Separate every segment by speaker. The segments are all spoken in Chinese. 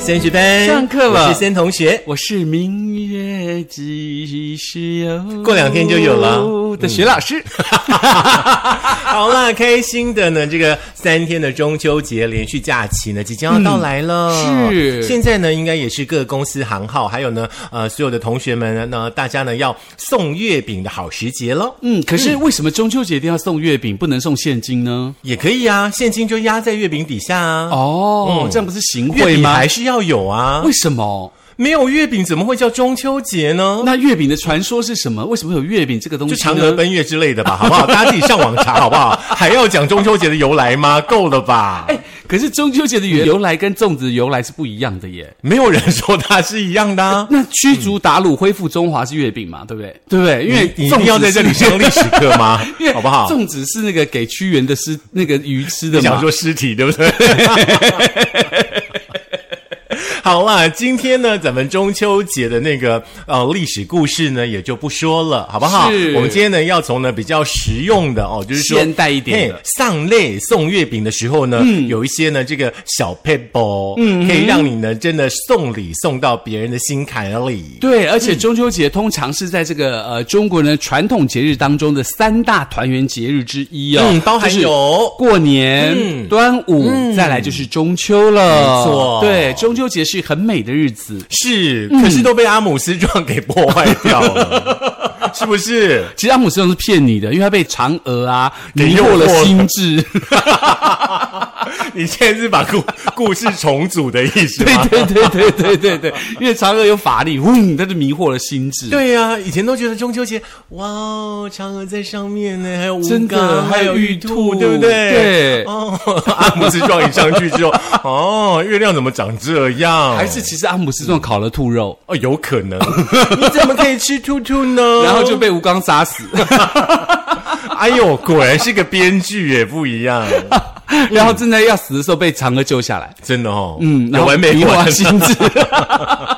Speaker 1: 先学班
Speaker 2: 上课了
Speaker 1: 我是先同学。
Speaker 2: 我是明月几时有？
Speaker 1: 过两天就有了嗯
Speaker 2: 的学老师，
Speaker 1: 好啦，开心的呢，这个三天的中秋节连续假期呢，即将要到来了。
Speaker 2: 嗯是
Speaker 1: 现在呢，应该也是各公司行号，还有呢，呃，所有的同学们呢，大家呢要送月饼的好时节喽。
Speaker 2: 嗯，可是为什么中秋节一定要送月饼，不能送现金呢？
Speaker 1: 也可以啊，现金就压在月饼底下啊。
Speaker 2: 哦，这样不是行
Speaker 1: 月
Speaker 2: 贿
Speaker 1: 饼
Speaker 2: 吗
Speaker 1: 还？是要有啊
Speaker 2: 为，什么？
Speaker 1: 没有月饼怎么会叫中秋节呢？
Speaker 2: 那月饼的传说是什么？为什么会有月饼这个东西
Speaker 1: 就
Speaker 2: 呢？
Speaker 1: 嫦娥奔月之类的吧，好不好？大家自己上网 查好不好？还要讲中秋节的由来吗？够了吧？
Speaker 2: 哎，可是中秋节的由来跟粽子的由来是不一样的耶。
Speaker 1: 没有人说它是一样的、啊。
Speaker 2: 那驱逐鞑虏、恢复中华是月饼嘛？对不对？对不对？因为
Speaker 1: 你一
Speaker 2: 粽
Speaker 1: 定
Speaker 2: 子
Speaker 1: 要在这里
Speaker 2: 是
Speaker 1: 上历史课吗
Speaker 2: 因为？
Speaker 1: 好不好？
Speaker 2: 粽子是那个给屈原的尸，那个鱼吃的
Speaker 1: 想
Speaker 2: 嘛。
Speaker 1: 说尸体对不对？ 好啦，今天呢，咱们中秋节的那个呃历史故事呢，也就不说了，好不好？
Speaker 2: 是
Speaker 1: 我们今天呢，要从呢比较实用的哦，就是说
Speaker 2: 现代一点的嗯
Speaker 1: 嘿上类送月饼的时候呢，有一些呢这个小 paper，嗯，可以让你呢真的送礼送到别人的心坎里。
Speaker 2: 对，而
Speaker 1: 嗯
Speaker 2: 且中秋节通常是在这个呃中国人的传统节日当中的三大团圆节日之一哦，
Speaker 1: 嗯包含
Speaker 2: 就是
Speaker 1: 有
Speaker 2: 过年、
Speaker 1: 嗯
Speaker 2: 端午，再来就是中秋了。
Speaker 1: 没错
Speaker 2: 对，中秋节是很美的日子。
Speaker 1: 是，
Speaker 2: 嗯
Speaker 1: 可是都被阿姆斯壮给破坏掉 了，是不是？
Speaker 2: 其实阿姆斯壮是骗你的，因为他被嫦娥啊
Speaker 1: 给
Speaker 2: 迷
Speaker 1: 诱
Speaker 2: 惑了
Speaker 1: 惑了
Speaker 2: 心 智。
Speaker 1: 你现在是把故 故事重组的意思吗？
Speaker 2: 对对对对对对，因为嫦娥有法力，嗡，他就迷惑了心智。
Speaker 1: 对呀、以前都觉得中秋节，哇哦，嫦娥在上面呢，还有吴
Speaker 2: 真的
Speaker 1: 刚，还
Speaker 2: 还有
Speaker 1: 有
Speaker 2: 玉
Speaker 1: 玉兔，
Speaker 2: 兔
Speaker 1: 对不对？
Speaker 2: 对
Speaker 1: 哦， 阿姆斯壮一上去之后，哦，月亮怎么长这样？
Speaker 2: 还是其实阿姆斯壮烤了兔肉，
Speaker 1: 哦，有可 能，你怎么可以吃兔兔呢？
Speaker 2: 然后就，被吴刚杀死。
Speaker 1: 哎呦，果然是个编剧耶，不一样，
Speaker 2: 然后正在要死的时候被嫦娥救下来。
Speaker 1: 真的哦，
Speaker 2: 嗯，然
Speaker 1: 有
Speaker 2: 后
Speaker 1: 完没
Speaker 2: 迷惑
Speaker 1: 完
Speaker 2: 了？心 智。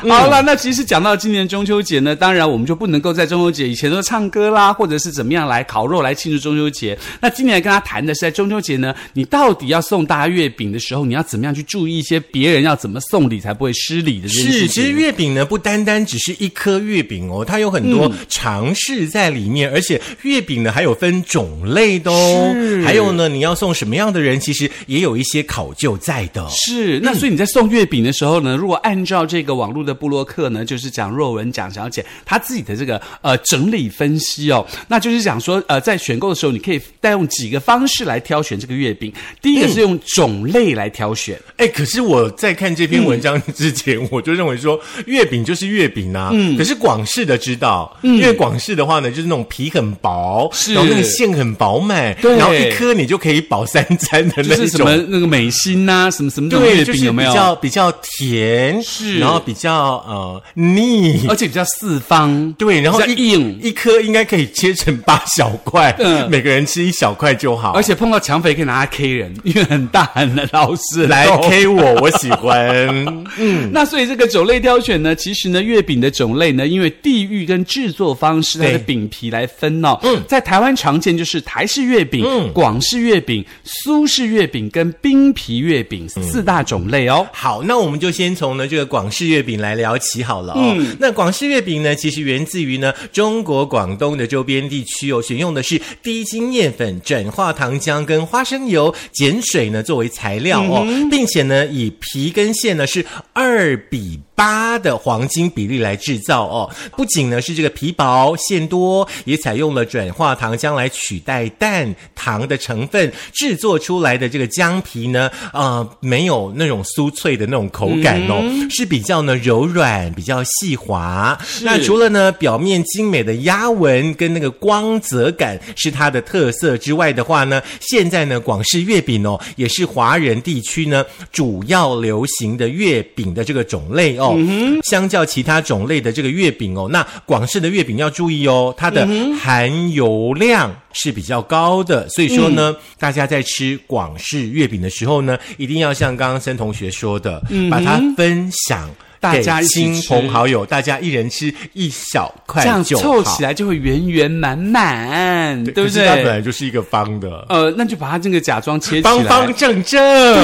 Speaker 2: 好
Speaker 1: 嗯
Speaker 2: 了，那其实讲到今年中秋节呢，当然我们就不能够在中秋节以前都唱歌啦，或者是怎么样来烤肉来庆祝中秋节。那今年跟他谈的是在中秋节呢，你到底要送大家月饼的时候，你要怎么样去注意一些别人要怎么送礼才不会失礼的这件事
Speaker 1: 是，
Speaker 2: 情
Speaker 1: 其实月饼呢不单单只是一颗月饼哦，它有很多尝试在里面，而且月饼呢还有分种类的哦
Speaker 2: 是，
Speaker 1: 还有呢你要送什么样的人，其实也有一些考究在的。哦
Speaker 2: 是，那所以你在送月饼的时候呢，如果按照这个呃网络的布洛克呢，就是蒋若文蒋小姐她自己的这个呃整理分析哦，那就是讲说呃在选购的时候，你可以再用几个方式来挑选这个月饼。第一个是用种类来挑选，
Speaker 1: 哎，可是我在看这篇文章之前，我就认为说月饼就是月饼啊。可是广式的知道，因为广式的话呢，就是那种皮很薄，
Speaker 2: 是
Speaker 1: 然后那个馅很饱满，
Speaker 2: 对
Speaker 1: 然后一颗你就可以饱三餐的
Speaker 2: 就
Speaker 1: 那
Speaker 2: 是
Speaker 1: 种。
Speaker 2: 什么那个美心呐、什么什么那种
Speaker 1: 对，
Speaker 2: 月
Speaker 1: 就
Speaker 2: 饼
Speaker 1: 是
Speaker 2: 有没有？
Speaker 1: 比较比较甜，
Speaker 2: 是
Speaker 1: 然后比较呃腻，
Speaker 2: 而且比较四方，
Speaker 1: 对，然后
Speaker 2: 比较
Speaker 1: 一
Speaker 2: 硬。
Speaker 1: 一颗应该可以切成八小块，
Speaker 2: 嗯
Speaker 1: 每个人吃一小块就好。
Speaker 2: 而且碰到抢匪可以拿它 K 人，因为很大很老实。
Speaker 1: 来 K 我，我喜欢。
Speaker 2: 那所以这个种类挑选呢，其实呢，月饼的种类呢，因为地域跟制作方式，它
Speaker 1: 对
Speaker 2: 的饼皮来分哦。
Speaker 1: 嗯
Speaker 2: 在台湾常见就是台式月饼、
Speaker 1: 嗯
Speaker 2: 广式月饼、苏式月饼跟冰皮月饼
Speaker 1: 嗯
Speaker 2: 四大种类哦。
Speaker 1: 好，那我们就先从呢这个广式月饼来聊起好了哦。那广式月饼呢，其实源自于呢中国广东的周边地区哦，选用的是低筋面粉、转化糖浆跟花生油、碱水呢作为材料哦，并且呢以皮跟馅呢是二比。八的黄金比例来制造哦，不仅呢是这个皮薄馅多，也采用了转化糖浆来取代蛋糖的成分，制作出来的这个姜皮呢，呃，没有那种酥脆的那种口感哦，是比较呢柔软、比较细滑。那除了呢表面精美的压纹跟那个光泽感是它的特色之外的话呢，现在呢广式月饼哦，也是华人地区呢主要流行的月饼的这个种类哦。
Speaker 2: 嗯
Speaker 1: 相较其他种类的这个月饼哦，那广式的月饼要注意哦，它的
Speaker 2: 嗯
Speaker 1: 含油量。是比较高的，所以说
Speaker 2: 嗯
Speaker 1: 呢，大家在吃广式月饼的时候呢，一定要像刚刚森同学说的，把它分享。
Speaker 2: 嗯大家
Speaker 1: 给
Speaker 2: 一起
Speaker 1: 亲
Speaker 2: 吃
Speaker 1: 朋好友，大家一人吃一小块
Speaker 2: 这样
Speaker 1: 就好，
Speaker 2: 凑起来就会圆圆满满，对
Speaker 1: 可
Speaker 2: 不
Speaker 1: 是它本来
Speaker 2: 对？
Speaker 1: 就是一个方的，
Speaker 2: 呃，那就把它这个假装切起来，
Speaker 1: 方方正正，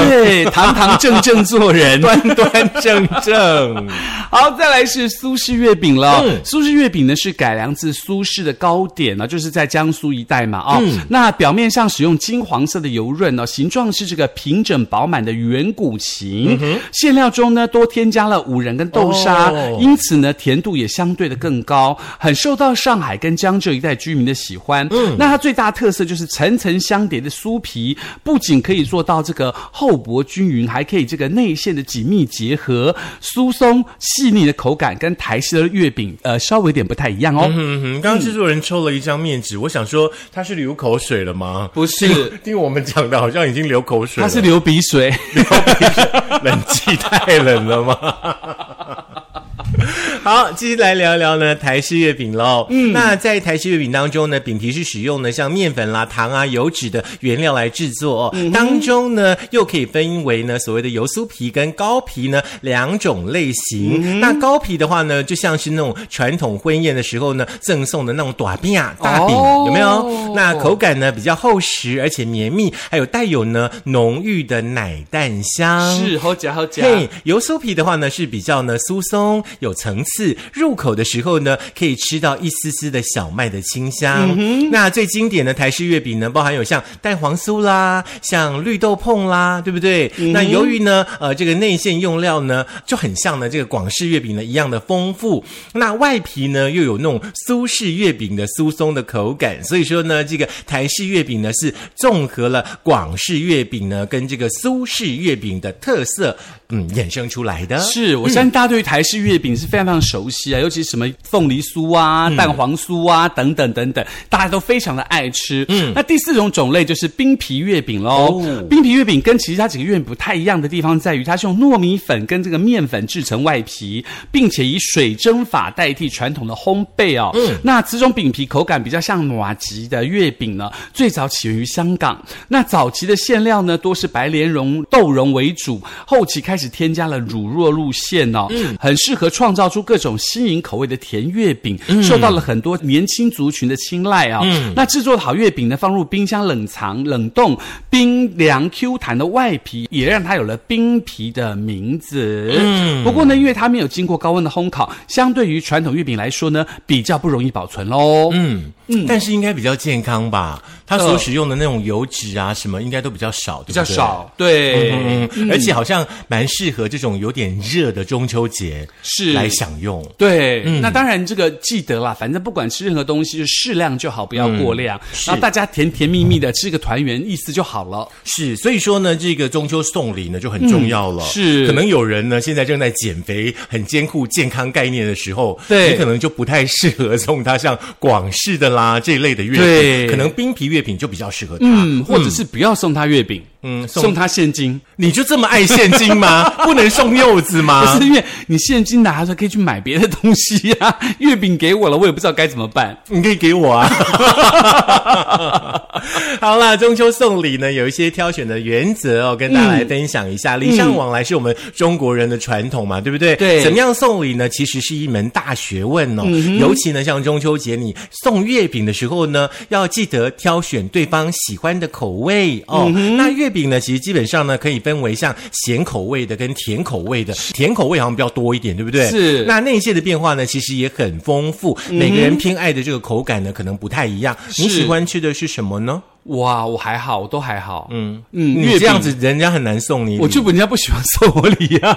Speaker 2: 对，堂堂正正做人。
Speaker 1: 端端正正。
Speaker 2: 好，再来是苏式月饼了。
Speaker 1: 嗯
Speaker 2: 苏式月饼呢是改良自苏式的糕点呢，就是在江苏一带嘛哦。
Speaker 1: 嗯
Speaker 2: 那表面上使用金黄色的油润呢，形状是这个平整饱满的圆鼓
Speaker 1: 嗯
Speaker 2: 形。馅料中呢多添加了五仁跟豆沙，
Speaker 1: 哦
Speaker 2: 因此呢甜度也相对的更高，很受到上海跟江浙一带居民的喜欢。嗯，那它最大特色就是层层相叠的酥皮，不仅可以做到这个厚薄均匀，还可以这个内馅的紧密结合，酥松细腻的口感跟台式的月饼呃稍微有点不太一样哦。
Speaker 1: 嗯哼，刚刚制作人抽了一张面纸，我想说他是流口水了吗？
Speaker 2: 不是
Speaker 1: 听听我们讲的好像已经流口水
Speaker 2: 它
Speaker 1: 了，
Speaker 2: 是流鼻水，
Speaker 1: 冷气太冷了吗？ 好，继续来聊聊呢台式月饼喽。嗯，那在台式月饼当中呢，饼皮是使用呢像面粉啦、糖啊、油脂的原料来制作哦。
Speaker 2: 嗯
Speaker 1: 当中呢，又可以分为呢所谓的油酥皮跟糕皮呢两种类
Speaker 2: 嗯
Speaker 1: 型。那糕皮的话呢，就像是那种传统婚宴的时候呢赠送的那种短饼啊、大饼，
Speaker 2: 哦
Speaker 1: 有没有？那口感呢比较厚实，而且绵密，还有带有呢浓郁的奶蛋香。
Speaker 2: 是好假好假。
Speaker 1: 嘿，油酥皮的话呢是比较呢酥松有层次，入口的时候呢可以吃到一丝丝的小麦的清香。那最经典的台式月饼呢，包含有像蛋黄酥啦，像绿豆椪啦，对不对？那由于呢呃这个内馅用料呢就很像呢这个广式月饼呢一样的丰富，那外皮呢又有那种苏式月饼的酥松的口感，所以说呢这个台式月饼呢是综合了广式月饼呢跟这个苏式月饼的特色，嗯，衍生出来的。
Speaker 2: 是，我相信大家对于台式月饼是非常非常熟悉啊，尤其是什么凤梨酥啊、蛋黄酥啊等等等等，大家都非常的爱吃。嗯，那第四种种类就是冰皮月饼喽。
Speaker 1: 哦
Speaker 2: 冰皮月饼跟其他几个月饼不太一样的地方在于，它是用糯米粉跟这个面粉制成外皮，并且以水蒸法代替传统的烘焙哦。嗯，那此种饼皮口感比较像马吉的月饼呢，最早起源于香港。那早期的馅料呢，多是白莲蓉、豆蓉为主，后期开始添加了乳酪路线哦，嗯，很适合创造出各种新颖口味的甜月饼，受到了很多年轻族群的青睐啊、嗯，那制作好月饼呢，放入冰箱冷藏、冷冻，冰凉 Q 弹的外皮，也让它有了冰皮的名字。嗯，不过呢，因为它没有经过高温的烘烤，相对于传统月饼来说呢，比较不容易保存喽。嗯。
Speaker 1: 嗯，但是应该比较健康吧？它所
Speaker 2: 呃
Speaker 1: 使用的那种油脂啊什么，应该都比较少，对不
Speaker 2: 比较
Speaker 1: 对。
Speaker 2: 少，对，
Speaker 1: 嗯，而且好像蛮适合这种有点热的中秋节
Speaker 2: 是
Speaker 1: 来享用。
Speaker 2: 对，
Speaker 1: 嗯
Speaker 2: 那当然这个记得啦，反正不管吃任何东西，就适量就好，不要过量。
Speaker 1: 嗯是
Speaker 2: 然后大家甜甜蜜蜜的吃个团圆，意思就好了。
Speaker 1: 是，所以说呢，这个中秋送礼呢就很重要了。
Speaker 2: 嗯是
Speaker 1: 可能有人呢现在正在减肥、很兼顾健康概念的时候，
Speaker 2: 对
Speaker 1: 你可能就不太适合送他像广式的啦这一类的月
Speaker 2: 对
Speaker 1: 饼，可能冰皮月饼就比较适合他。
Speaker 2: 嗯，或者是不要送他月饼，嗯，
Speaker 1: 送
Speaker 2: 送他现金，
Speaker 1: 你就这么爱现金 吗？不能送柚子
Speaker 2: 不
Speaker 1: 吗
Speaker 2: 是？因为你现金拿出来可以去买别的东西呀、 月饼给我了，我也不知道该怎么办。
Speaker 1: 你可以给我 啊。好啦，中秋送礼呢，有一些挑选的原则哦，跟大家来分享一
Speaker 2: 嗯
Speaker 1: 下。礼尚往来是我们中国人的传统嘛，对不对？
Speaker 2: 对嗯
Speaker 1: 怎么样送礼呢？其实是一门大学问哦。尤其呢，像中秋节你送月饼的时候呢，要记得挑选对方喜欢的口味哦。
Speaker 2: 嗯
Speaker 1: 那月饼呢，其实基本上呢，可以分为像咸口味的跟甜口味的，甜口味好像比较多一点，对不对？
Speaker 2: 是
Speaker 1: 那啊内馅的变化呢，其实也很丰富，每个人偏爱的这个口感呢，可能不太一样。你
Speaker 2: 嗯是
Speaker 1: 喜欢吃的是什么呢？
Speaker 2: 哇，我还好，我都还好，嗯嗯，
Speaker 1: 你
Speaker 2: 月
Speaker 1: 这样
Speaker 2: 饼。
Speaker 1: 子，人家很难送你礼。
Speaker 2: 我就人家不喜欢送我礼 呀、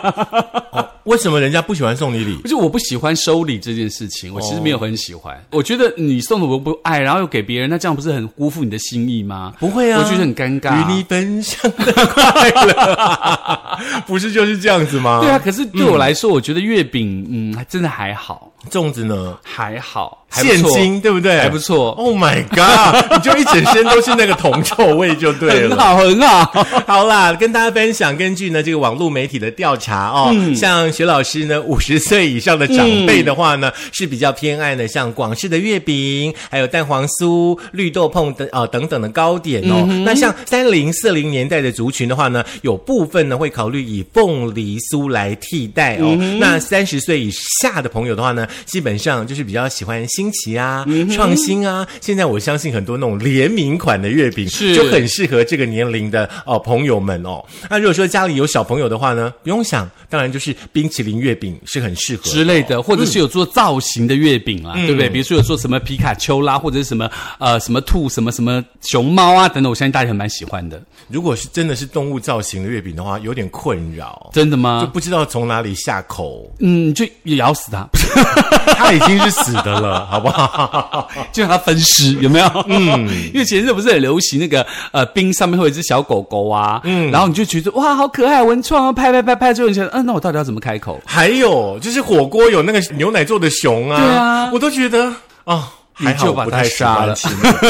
Speaker 1: 为什么人家不喜欢送你礼
Speaker 2: 不？是我不喜欢收礼这件事情，我
Speaker 1: 哦
Speaker 2: 其实没有很喜欢。我觉得你送的我又不爱，然后又给别人，那这样不是很辜负你的心意吗？
Speaker 1: 不会啊，
Speaker 2: 我觉得很尴尬。
Speaker 1: 与你分享的快乐， 不是就是这样子吗？
Speaker 2: 对啊，，可是对我来说，我觉得月饼，嗯，还真的还好，
Speaker 1: 粽子呢？
Speaker 2: 还好，还不
Speaker 1: 现
Speaker 2: 错
Speaker 1: 金对不对？
Speaker 2: 还不错
Speaker 1: Oh my god！你就一整身都是那个铜臭味，就对了
Speaker 2: 很。好，很好。
Speaker 1: 好啦，跟大家分享，根据呢这个网络媒体的调查哦，像雪老师呢，五十岁以上的长辈的话呢，是比较偏爱呢，像广式的月饼，还有蛋黄酥、绿豆椪等啊、等等的糕点哦。那像三零四零年代的族群的话呢，有部分呢会考虑以凤梨酥来替代哦。那三十岁以下的朋友的话呢，基本上就是比较喜欢新奇啊、创新啊。现在我相信很多那种联名款的月饼
Speaker 2: 是
Speaker 1: 就很适合这个年龄的哦朋友们哦。那如果说家里有小朋友的话呢，不用想，当然就是冰淇淋月饼是很适合的
Speaker 2: 之类的，或者是有做造型的月饼啦，对不对？比如说有做什么皮卡丘啦，或者是什么呃什么兔、什么什么熊猫啊等等，我相信大家很蛮喜欢的。
Speaker 1: 如果是真的是动物造型的月饼的话，有点困扰，
Speaker 2: 真的
Speaker 1: 就
Speaker 2: 吗？
Speaker 1: 不知道从哪里下 口。
Speaker 2: 嗯，就咬死它，
Speaker 1: 它已经是死的了，好不好？
Speaker 2: 就让它分尸，有 没有？啊嗯，因为前阵子不是很流行那个呃冰上面会有一只小狗狗啊，嗯，然后你就觉得哇好可爱，文创啊，拍拍拍拍，最后你想，嗯、那我到底要怎么开口？
Speaker 1: 还有就是火锅有那个牛奶做的熊啊，
Speaker 2: 对啊
Speaker 1: 我都觉得啊、还
Speaker 2: 你
Speaker 1: 好
Speaker 2: 就把
Speaker 1: 我不
Speaker 2: 它
Speaker 1: 太
Speaker 2: 杀了
Speaker 1: 喜欢吃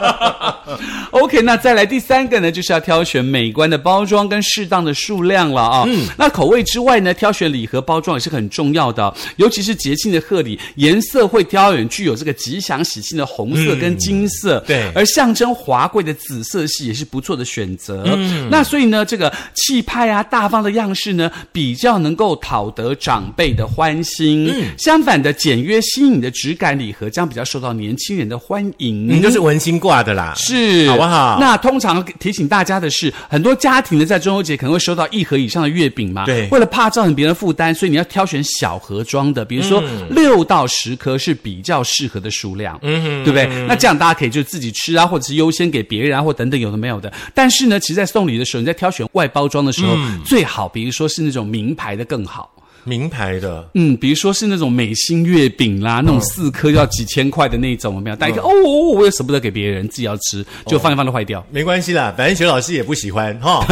Speaker 2: OK，那再来第三个呢，就是要挑选美观的包装跟适当的数量了啊、嗯，那口味之外呢，挑选礼盒包装也是很重要的哦、尤其是节庆的贺礼，颜色会挑选具有这个吉祥喜庆的红色跟金色，
Speaker 1: 对
Speaker 2: 而象征华贵的紫色系也是不错的选择。嗯，那所以呢，这个气派啊、大方的样式呢，比较能够讨得长辈的欢心。嗯，相反的，简约新颖的质感礼盒将比较受到年轻人的欢迎。
Speaker 1: 你就是文青挂的啦，
Speaker 2: 是，
Speaker 1: 好不好
Speaker 2: 那通常提醒大家的是，很多家庭呢在中秋节可能会收到一盒以上的月饼嘛。
Speaker 1: 对
Speaker 2: 为了怕造成别人负担，所以你要挑选小盒装的，比如说
Speaker 1: 嗯
Speaker 2: 六到十颗是比较适合的数量，嗯，对不对？那这样大家可以就自己吃啊，或者是优先给别人啊，或等等有的没有的。但是呢，其实，在送礼的时候，你在挑选外包装的时候，
Speaker 1: 嗯
Speaker 2: 最好比如说是那种名牌的更好。
Speaker 1: 名牌的。
Speaker 2: 嗯，比如说是那种美心月饼啦，那种四颗要几千块的那种，有没有？大家一看、哦哦，哦我也舍不得给别人，自己要吃，就放一放就坏掉。
Speaker 1: 没关系啦，反正雪老师也不喜欢哈。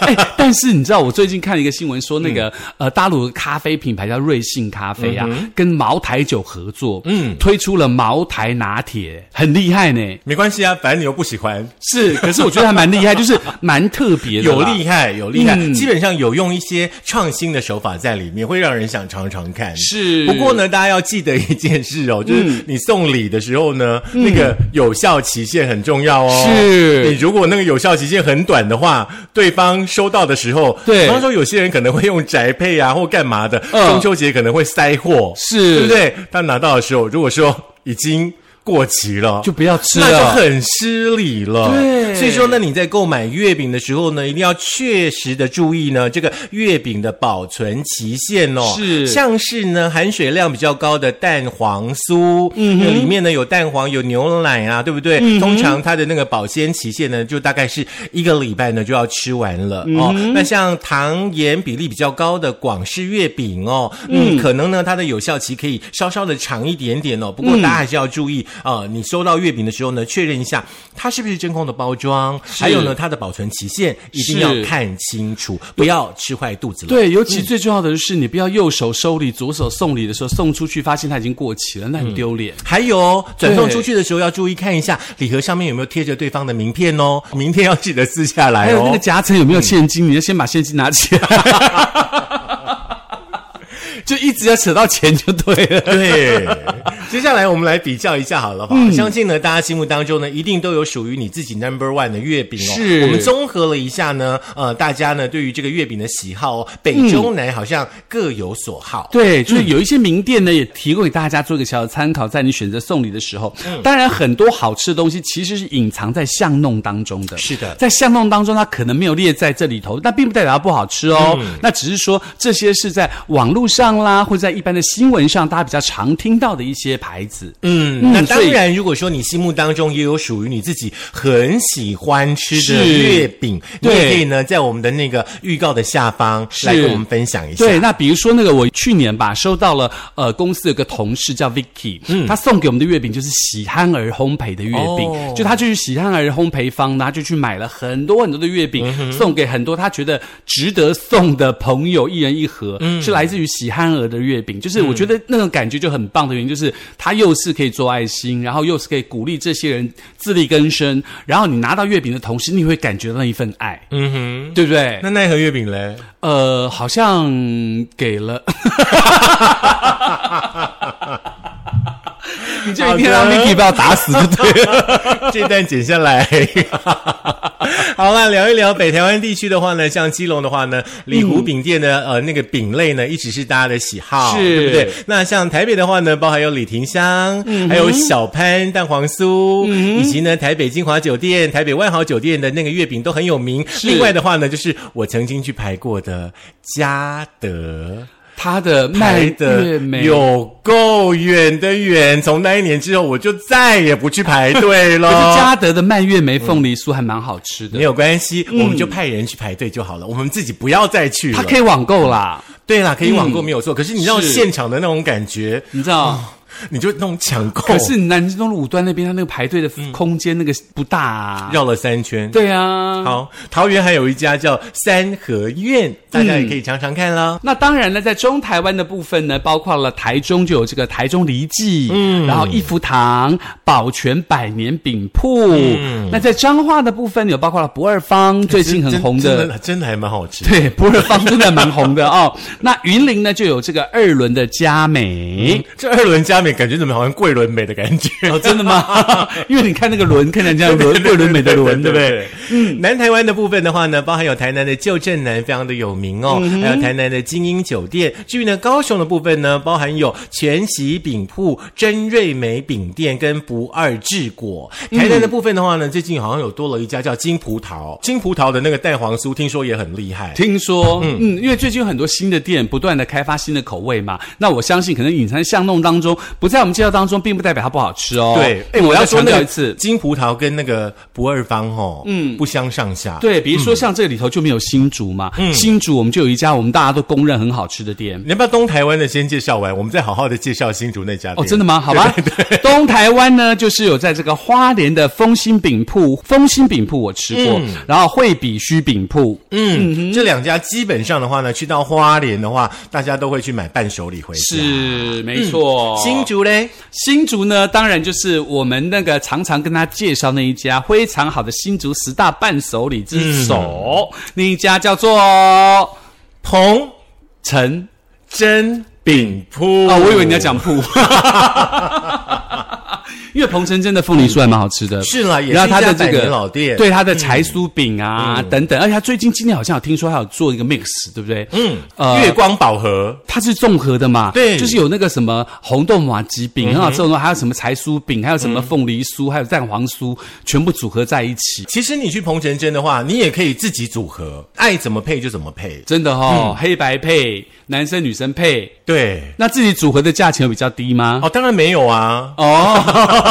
Speaker 2: 哎，但是你知道，我最近看了一个新闻，说那个、呃，大陆的咖啡品牌叫瑞幸咖啡啊，跟茅台酒合作，嗯，推出了茅台拿铁，很厉害呢。
Speaker 1: 没关系啊，反正你又不喜欢，
Speaker 2: 是，可是我觉得还蛮厉害，就是蛮特别的啦，
Speaker 1: 有厉害有厉
Speaker 2: 嗯
Speaker 1: 害，基本上有用一些创新的手法在里面，会让人想尝尝看。
Speaker 2: 是。嗯
Speaker 1: 不过，呢，大家要记得一件事哦，就是你送礼的时候呢，那个有效期限很重要哦。
Speaker 2: 是
Speaker 1: 你如果那个有效期限很短的话，对方收到的时候，
Speaker 2: 对
Speaker 1: 比方说有些人可能会用宅配啊或干嘛的，
Speaker 2: 嗯
Speaker 1: 中秋节可能会塞货，
Speaker 2: 是
Speaker 1: 对不对？他拿到的时候，如果说已经过期了，
Speaker 2: 就不要吃
Speaker 1: 那就
Speaker 2: 了。
Speaker 1: 很失礼了。
Speaker 2: 对
Speaker 1: 所以说呢，你在购买月饼的时候呢，一定要确实的注意呢这个月饼的保存期限哦。
Speaker 2: 是
Speaker 1: 像是呢含水量比较高的蛋黄酥，嗯，里面呢有蛋黄有牛奶啊，对不对？通常它的那个保鲜期限呢，就大概是一个礼拜呢就要吃完了、哦。那像糖盐比例比较高的广式月饼哦，嗯，可能呢它的有效期可以稍稍的长一点点哦。不过大家还是要注意啊、呃你收到月饼的时候呢，确认一下它是不是真空的包装，还有呢它的保存期限一定要
Speaker 2: 是
Speaker 1: 看清楚，不要吃坏肚子了。
Speaker 2: 对，尤其最重要的是，你不要右手收礼，左手送礼的时候送出去，发现它已经过期了，那很丢脸。
Speaker 1: 还有哦转送
Speaker 2: 对
Speaker 1: 出去的时候要注意看一下礼盒上面有没有贴着对方的名片哦，明天要记得撕下来
Speaker 2: 还有那个
Speaker 1: 哦。
Speaker 2: 夹层有没有现金？你要先把现金拿起来， 就一直要扯到钱就对了。
Speaker 1: 对，接下来我们来比较一下好了哈。
Speaker 2: 嗯
Speaker 1: 相信呢，大家心目当中呢，一定都有属于你自己 number one 的月饼哦。
Speaker 2: 是
Speaker 1: 我们综合了一下呢，呃，大家呢对于这个月饼的喜好哦，
Speaker 2: 嗯
Speaker 1: 北中南好像各有所好。
Speaker 2: 对，就是有一些名店呢，也提供给大家做一个小小参考，在你选择送礼的时候。当然，很多好吃的东西其实是隐藏在巷弄当中的。
Speaker 1: 是的
Speaker 2: 在巷弄当中，它可能没有列在这里头，那并不代表它不好吃哦。那只是说这些是在网络上啦，或者在一般的新闻上，大家比较常听到的一些牌子。
Speaker 1: 嗯，那
Speaker 2: 所
Speaker 1: 当
Speaker 2: 以
Speaker 1: 然，如果说你心目当中也有属于你自己很喜欢吃的
Speaker 2: 是
Speaker 1: 月饼，你
Speaker 2: 对
Speaker 1: 也可以呢在我们的那个预告的下方
Speaker 2: 是
Speaker 1: 来跟我们分享一下。
Speaker 2: 对，那比如说那个，我去年吧收到了，呃，公司有个同事叫 Vicky，嗯，他送给我们的月饼就是喜憨儿烘焙的月饼，
Speaker 1: 哦
Speaker 2: 就他就是喜憨儿烘焙坊，然后就去买了很多很多的月饼，
Speaker 1: 嗯
Speaker 2: 送给很多他觉得值得送的
Speaker 1: 嗯
Speaker 2: 朋友，一人一盒，是来自于喜憨儿的月饼，就是我觉得那种感觉就很棒的原因，就是它又是可以做爱心，然后又是可以鼓励这些人自力更生，然后你拿到月饼的同时，你会感觉到那一份爱，
Speaker 1: 嗯哼，
Speaker 2: 对不对？
Speaker 1: 那奈何月饼嘞？
Speaker 2: 呃，好像给了。 你就一定要
Speaker 1: 好
Speaker 2: 让
Speaker 1: 的
Speaker 2: Vicky 把我打死就对了。
Speaker 1: 这段剪下来。好啦，聊一聊北台湾地区的话呢，像基隆的话呢，李湖饼店的、呃那个饼类呢，一直是大家的喜好，
Speaker 2: 是
Speaker 1: 对不对？那像台北的话呢，包含有李廷香，还有小潘蛋黄酥，以及呢台北金华酒店、台北万豪酒店的那个月饼都很有名。另外的话呢，就是我曾经去排过的嘉德。
Speaker 2: 他的卖
Speaker 1: 拍的
Speaker 2: 月美
Speaker 1: 有够远的远，从那一年之后，我就再也不去排队
Speaker 2: 可是
Speaker 1: 了。
Speaker 2: 嘉德的蔓越莓凤梨酥还蛮好吃的
Speaker 1: 没，有关系，我们就派人去排队就好了，我们自己不要再去
Speaker 2: 它
Speaker 1: 了。
Speaker 2: 嗯可以嗯网购啦，
Speaker 1: 对啦，可以网购没有错，可是你知道
Speaker 2: 是
Speaker 1: 现场的那种感觉，
Speaker 2: 你知道。
Speaker 1: 哦你就那种抢购，
Speaker 2: 可是南京东路五段那边，它那个排队的空间那个不大啊。
Speaker 1: 绕了三圈。
Speaker 2: 对啊。
Speaker 1: 哦好，桃园还有一家叫三合院，大家也可以尝尝看啦。
Speaker 2: 那当然呢，在中台湾的部分呢，包括了台中就有这个台中梨记，嗯，然后益福堂、保全百年饼铺。那在彰化的部分有包括了不二坊，最近很
Speaker 1: 真
Speaker 2: 红
Speaker 1: 真的真的还蛮好吃。
Speaker 2: 对，不二坊真的蛮红的哦。那云林呢，就有这个二轮的佳美。
Speaker 1: 这二轮佳美感觉怎么好像桂纶镁的感觉？
Speaker 2: 哦， 真的吗？ 因为你看那个轮，看起来 像轮桂纶镁的轮，对不对？？
Speaker 1: 嗯，南台湾的部分的话呢，包含有台南的旧镇南，非常的有名哦，
Speaker 2: 嗯
Speaker 1: 还有台南的精英酒店。至于呢，高雄的部分呢，包含有全席饼铺、真瑞美饼店跟不二治果。
Speaker 2: 嗯
Speaker 1: 台南的部分的话呢，最近好像有多了一家叫金葡萄，金葡萄的那个蛋黄酥，听说也很厉害。
Speaker 2: 听说，嗯，因为最近有很多新的店不断的开发新的口味嘛，那我相信可能隐藏在巷弄当中，不在我们介绍当中，并不代表它不好吃哦。
Speaker 1: 对，哎，
Speaker 2: 嗯
Speaker 1: 我要
Speaker 2: 再
Speaker 1: 说
Speaker 2: 强
Speaker 1: 那
Speaker 2: 调
Speaker 1: 个
Speaker 2: 一次。
Speaker 1: 金葡萄跟那个不二坊哦，嗯，不相上下。
Speaker 2: 对，比如说像这里头就没有新竹嘛，
Speaker 1: 嗯
Speaker 2: 新竹我们就有一家我们大家都公认很好吃的店，
Speaker 1: 你要不要东台湾的先介绍完，我们再好好的介绍新竹那家
Speaker 2: 哦，
Speaker 1: 店
Speaker 2: 真的吗？好 吧，东台湾呢，就是有在这个花莲的丰兴饼铺，丰兴饼铺我吃过，然后惠比须饼铺，
Speaker 1: 嗯，这两家基本上的话呢，去到花莲的话，大家都会去买伴手礼回家。
Speaker 2: 是没错。
Speaker 1: 嗯新竹嘞，
Speaker 2: 新竹呢，当然就是我们那个常常跟他介绍那一家非常好的新竹十大伴手礼之首，
Speaker 1: 嗯
Speaker 2: 那一家叫做
Speaker 1: 彭
Speaker 2: 陈
Speaker 1: 真饼铺
Speaker 2: 啊、我以为你要讲铺。 因为彭城真的凤梨酥还蛮好吃的，
Speaker 1: 是啦，也
Speaker 2: 然
Speaker 1: 是一
Speaker 2: 后它
Speaker 1: 家
Speaker 2: 的
Speaker 1: 百
Speaker 2: 这
Speaker 1: 年
Speaker 2: 个
Speaker 1: 老店，嗯
Speaker 2: 对，它的柴酥饼啊、等等，而且它最近今年好像有听说它有做一个 mix，对不对？嗯，呃，
Speaker 1: 月光宝盒。
Speaker 2: 它是综合的嘛，
Speaker 1: 对
Speaker 2: 就是有那个什么红豆马吉饼，很好吃的东西，还有什么柴酥饼，还有什么凤梨酥，还有蛋黄酥，全部组合在一起。
Speaker 1: 其实你去彭城真的话，你也可以自己组合，爱怎么配就怎么配。
Speaker 2: 真的哦，黑白配，男生女生配，
Speaker 1: 对，
Speaker 2: 那自己组合的价钱有比较低吗？
Speaker 1: 哦，当然没有啊，
Speaker 2: 哦，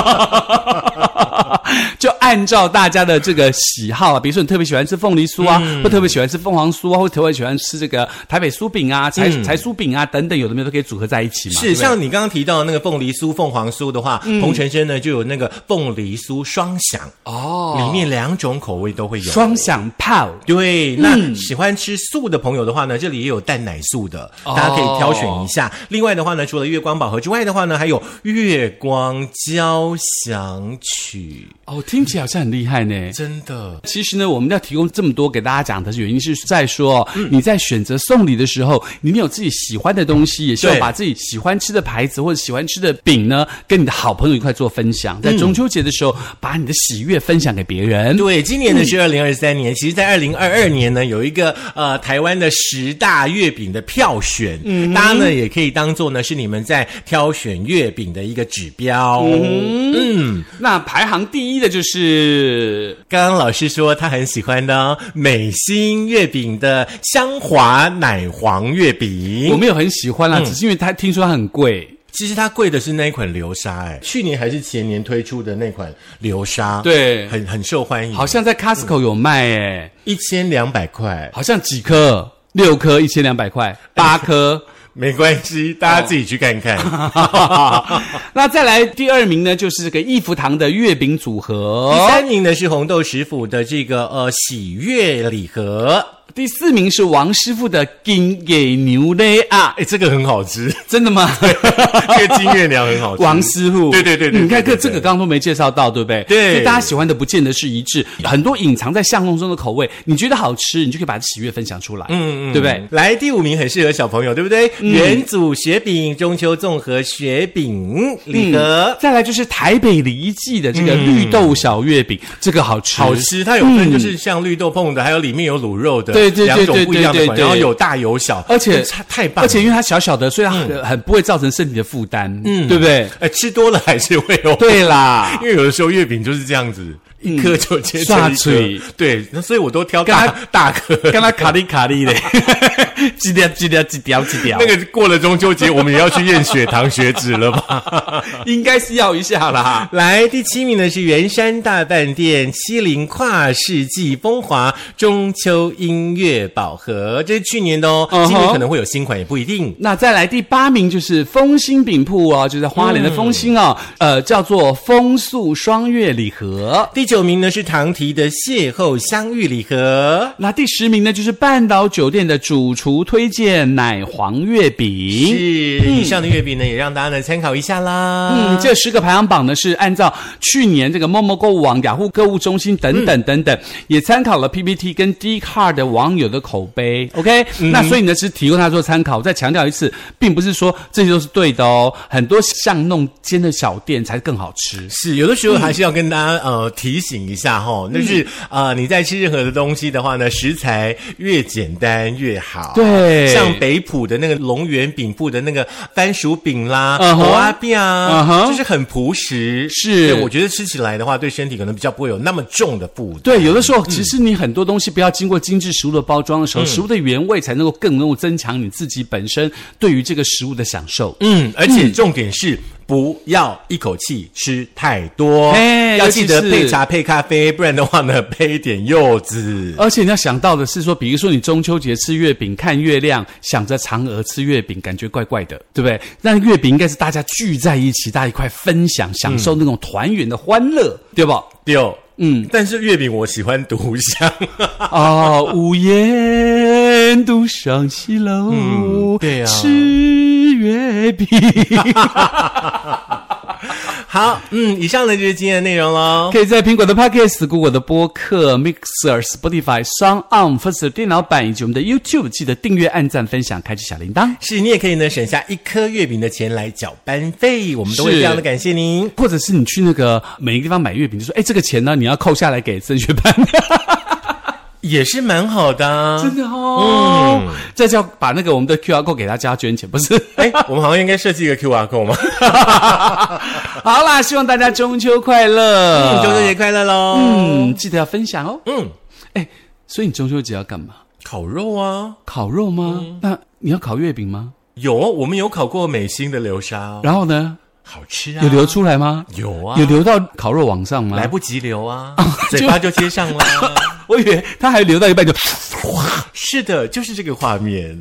Speaker 2: 就按照大家的这个喜好啊，比如说你特别喜欢吃凤梨酥啊，或特别喜欢吃凤凰酥啊，或特别喜欢吃这个台北酥饼啊、柴、柴酥饼啊等等，有的没有都可以组合在一起嘛。对
Speaker 1: 是
Speaker 2: 不对嗯
Speaker 1: 像你刚刚提到的那个凤梨酥、凤凰酥的话，彭城真呢就有那个凤梨酥双响，
Speaker 2: 哦，
Speaker 1: 里面两种口味都会有。
Speaker 2: 双响炮。
Speaker 1: 对，那喜欢吃素的朋友的话呢，这里也有蛋奶素的，大家可以挑选一下。另外的话呢，除了月光宝盒之外的话呢，还有月光交响曲，
Speaker 2: 哦，听起来好像很厉害呢。
Speaker 1: 真的。
Speaker 2: 其实呢，我们要提供这么多给大家讲的原因是在说哦，
Speaker 1: 嗯
Speaker 2: 你在选择送礼的时候，你们有自己喜欢的东西，也希望
Speaker 1: 对
Speaker 2: 把自己喜欢吃的牌子或者喜欢吃的饼呢，跟你的好朋友一块做分享。在中秋节的时候，把你的喜悦分享给别人。
Speaker 1: 嗯对，今年呢是二零二三年，其实，在二零二二年呢，有一个呃台湾的十大月饼的票选，嗯，大家呢也可以当做呢是你们在挑选月饼的一个指标。
Speaker 2: 那排行第一的就是
Speaker 1: 刚刚老师说他很喜欢的哦美心月饼的香华奶黄月饼，
Speaker 2: 我没有很喜欢
Speaker 1: 嗯
Speaker 2: 啦，只是因为它听说它很贵。
Speaker 1: 其实它贵的是那一款流沙、哎，去年还是前年推出的那款流沙，
Speaker 2: 对
Speaker 1: 很很受欢迎，
Speaker 2: 好像在 Costco
Speaker 1: 嗯
Speaker 2: 有卖诶、
Speaker 1: 一千两百块，
Speaker 2: 好像几颗？六颗一千两百块，
Speaker 1: 哎
Speaker 2: 八颗。
Speaker 1: 没关系，大家自己去看看。哦
Speaker 2: 那再来第二名呢，就是这个益福堂的月饼组
Speaker 1: 第
Speaker 2: 合。
Speaker 1: 三名呢是红豆食府的这个呃喜悦礼盒，
Speaker 2: 第四名是王师傅的金给牛肋啊，
Speaker 1: 哎，这个很好吃，
Speaker 2: 真 的吗？
Speaker 1: 这个金月娘很 好吃。
Speaker 2: 王师傅，嗯
Speaker 1: 对对对对
Speaker 2: 你看
Speaker 1: 对对
Speaker 2: 这
Speaker 1: 对
Speaker 2: 这个刚刚都没介绍到，对不对？
Speaker 1: 对
Speaker 2: 所以大家喜欢的不见得是一致，很多隐藏在巷弄中的口味，你觉得好吃，你就可以把喜悦分享出来，嗯嗯，对不嗯对？
Speaker 1: 来第五名很适合小朋友，对不对？元祖雪饼、中秋综合雪饼礼盒。
Speaker 2: 再来就是台北梨记的这个绿豆小月饼，这个好吃，
Speaker 1: 好。吃，它有分就是像绿豆碰的，还有里面有卤肉的，
Speaker 2: 嗯对对对
Speaker 1: 两种不一样的
Speaker 2: 对对
Speaker 1: 款，
Speaker 2: 对
Speaker 1: 然后有大有小，
Speaker 2: 而且
Speaker 1: 太太棒了，
Speaker 2: 而且因为它小小的，所以
Speaker 1: 嗯
Speaker 2: 它很很不会造成身体的负担，嗯，对不对？
Speaker 1: 呃吃多了还是会有，
Speaker 2: 对啦
Speaker 1: 因，为有的时候月饼就是这样子，一颗就切成一
Speaker 2: 刷嘴
Speaker 1: 颗，对，那所以我都挑大
Speaker 2: 跟
Speaker 1: 大颗。
Speaker 2: 跟它卡里卡 里的，几条几条几条几条，
Speaker 1: 那个过了中秋节，我们也要去验血糖、血脂了吧？
Speaker 2: 应该是要一下啦。
Speaker 1: 来，第七名呢是圆山大饭店七零跨世纪风华中秋音乐宝盒，这是去年的哦
Speaker 2: 嗯哼
Speaker 1: 今年可能会有新款也不一定。
Speaker 2: 那再来第八名就是风兴饼铺哦，就是在花莲的风兴哦，呃，叫做风速双月礼盒。
Speaker 1: 第九名呢是唐提的邂逅相遇礼盒。
Speaker 2: 那第十名呢，就是半岛酒店的主厨推荐奶黄月
Speaker 1: 是
Speaker 2: 饼。
Speaker 1: 以上的月饼呢，也让大家呢参考一下啦。
Speaker 2: 嗯，这十个排行榜呢是按照去年这个陌陌购物网、雅虎购物中心等等等等，也参考了 PPT 跟 d c a r 的网友的口碑。OK，、那所以呢是提供大家做参考。我再强调一次，并不是说这些都是对的哦，很多巷弄间的小店才更好吃。
Speaker 1: 是，有的时候还是要跟大家、呃提醒一下哈，
Speaker 2: 嗯
Speaker 1: 那就是、呃你在吃任何的东西的话呢，食材越简单越好。
Speaker 2: 对
Speaker 1: 像北浦的那个龙源饼铺的那个番薯饼啦、
Speaker 2: 嗯哼
Speaker 1: 阿饼啊
Speaker 2: 嗯哼
Speaker 1: 就是很朴实。
Speaker 2: 是
Speaker 1: 对我觉得吃起来的话，对身体可能比较不会有那么重的负担。
Speaker 2: 对，有的时候其实你很多东西不要经过精致食物的包装的时候，食物的原味才能够更能够增强你自己本身对于这个食物的享受。
Speaker 1: 嗯，而且重点是。不要一口气吃太多，
Speaker 2: 哎
Speaker 1: 要记得
Speaker 2: 尤其是
Speaker 1: 配茶配咖啡，不然的话呢，配一点柚子。
Speaker 2: 而且你要想到的是说，比如说你中秋节吃月饼、看月亮，想着嫦娥吃月饼，感觉怪怪的，对不对？那月饼应该是大家聚在一起，大家一块分享，享受那种团圆的欢乐，对吧？
Speaker 1: 六，嗯，但是月饼我喜欢独香。
Speaker 2: 哦，无言独上西楼，
Speaker 1: 嗯对啊
Speaker 2: 吃月饼。
Speaker 1: 好，嗯，以上呢就是今天的内容喽。
Speaker 2: 可以在苹果的 Podcast、谷歌的播客、Mixer、Spotify、Sound On、First 电脑版以及我们的 YouTube，记得订阅、按赞、分享、开启小铃铛。
Speaker 1: 是你也可以呢省下一颗月饼的钱来缴班费，我们都会
Speaker 2: 是
Speaker 1: 非常的感谢您。
Speaker 2: 或者是你去那个每个地方买月饼，就说：“哎，这个钱呢，你要扣下来给升学 班。
Speaker 1: 也是蛮好的、啊”，
Speaker 2: 真的哦，这叫把那个我们的 QR code 给大家捐钱，不是？
Speaker 1: 嗯哎，我们好像应该设计一个 QR code 吗？
Speaker 2: 好啦，希望大家中秋快乐，
Speaker 1: 中秋节快乐喽！
Speaker 2: 啊嗯，记得要分享哦。
Speaker 1: 嗯，
Speaker 2: 哎，所以你中秋节要干嘛？
Speaker 1: 烤肉啊，
Speaker 2: 烤肉吗？那你要烤月饼吗？
Speaker 1: 有哦，我们有烤过美心的流沙哦，
Speaker 2: 然后呢，
Speaker 1: 好吃啊，
Speaker 2: 有流出来吗？
Speaker 1: 有啊，
Speaker 2: 有流到烤肉网上吗哦
Speaker 1: 来？不及流啊，嘴巴就接上了。
Speaker 2: 我以为他还留到一半就。
Speaker 1: 是的，就是这个画面。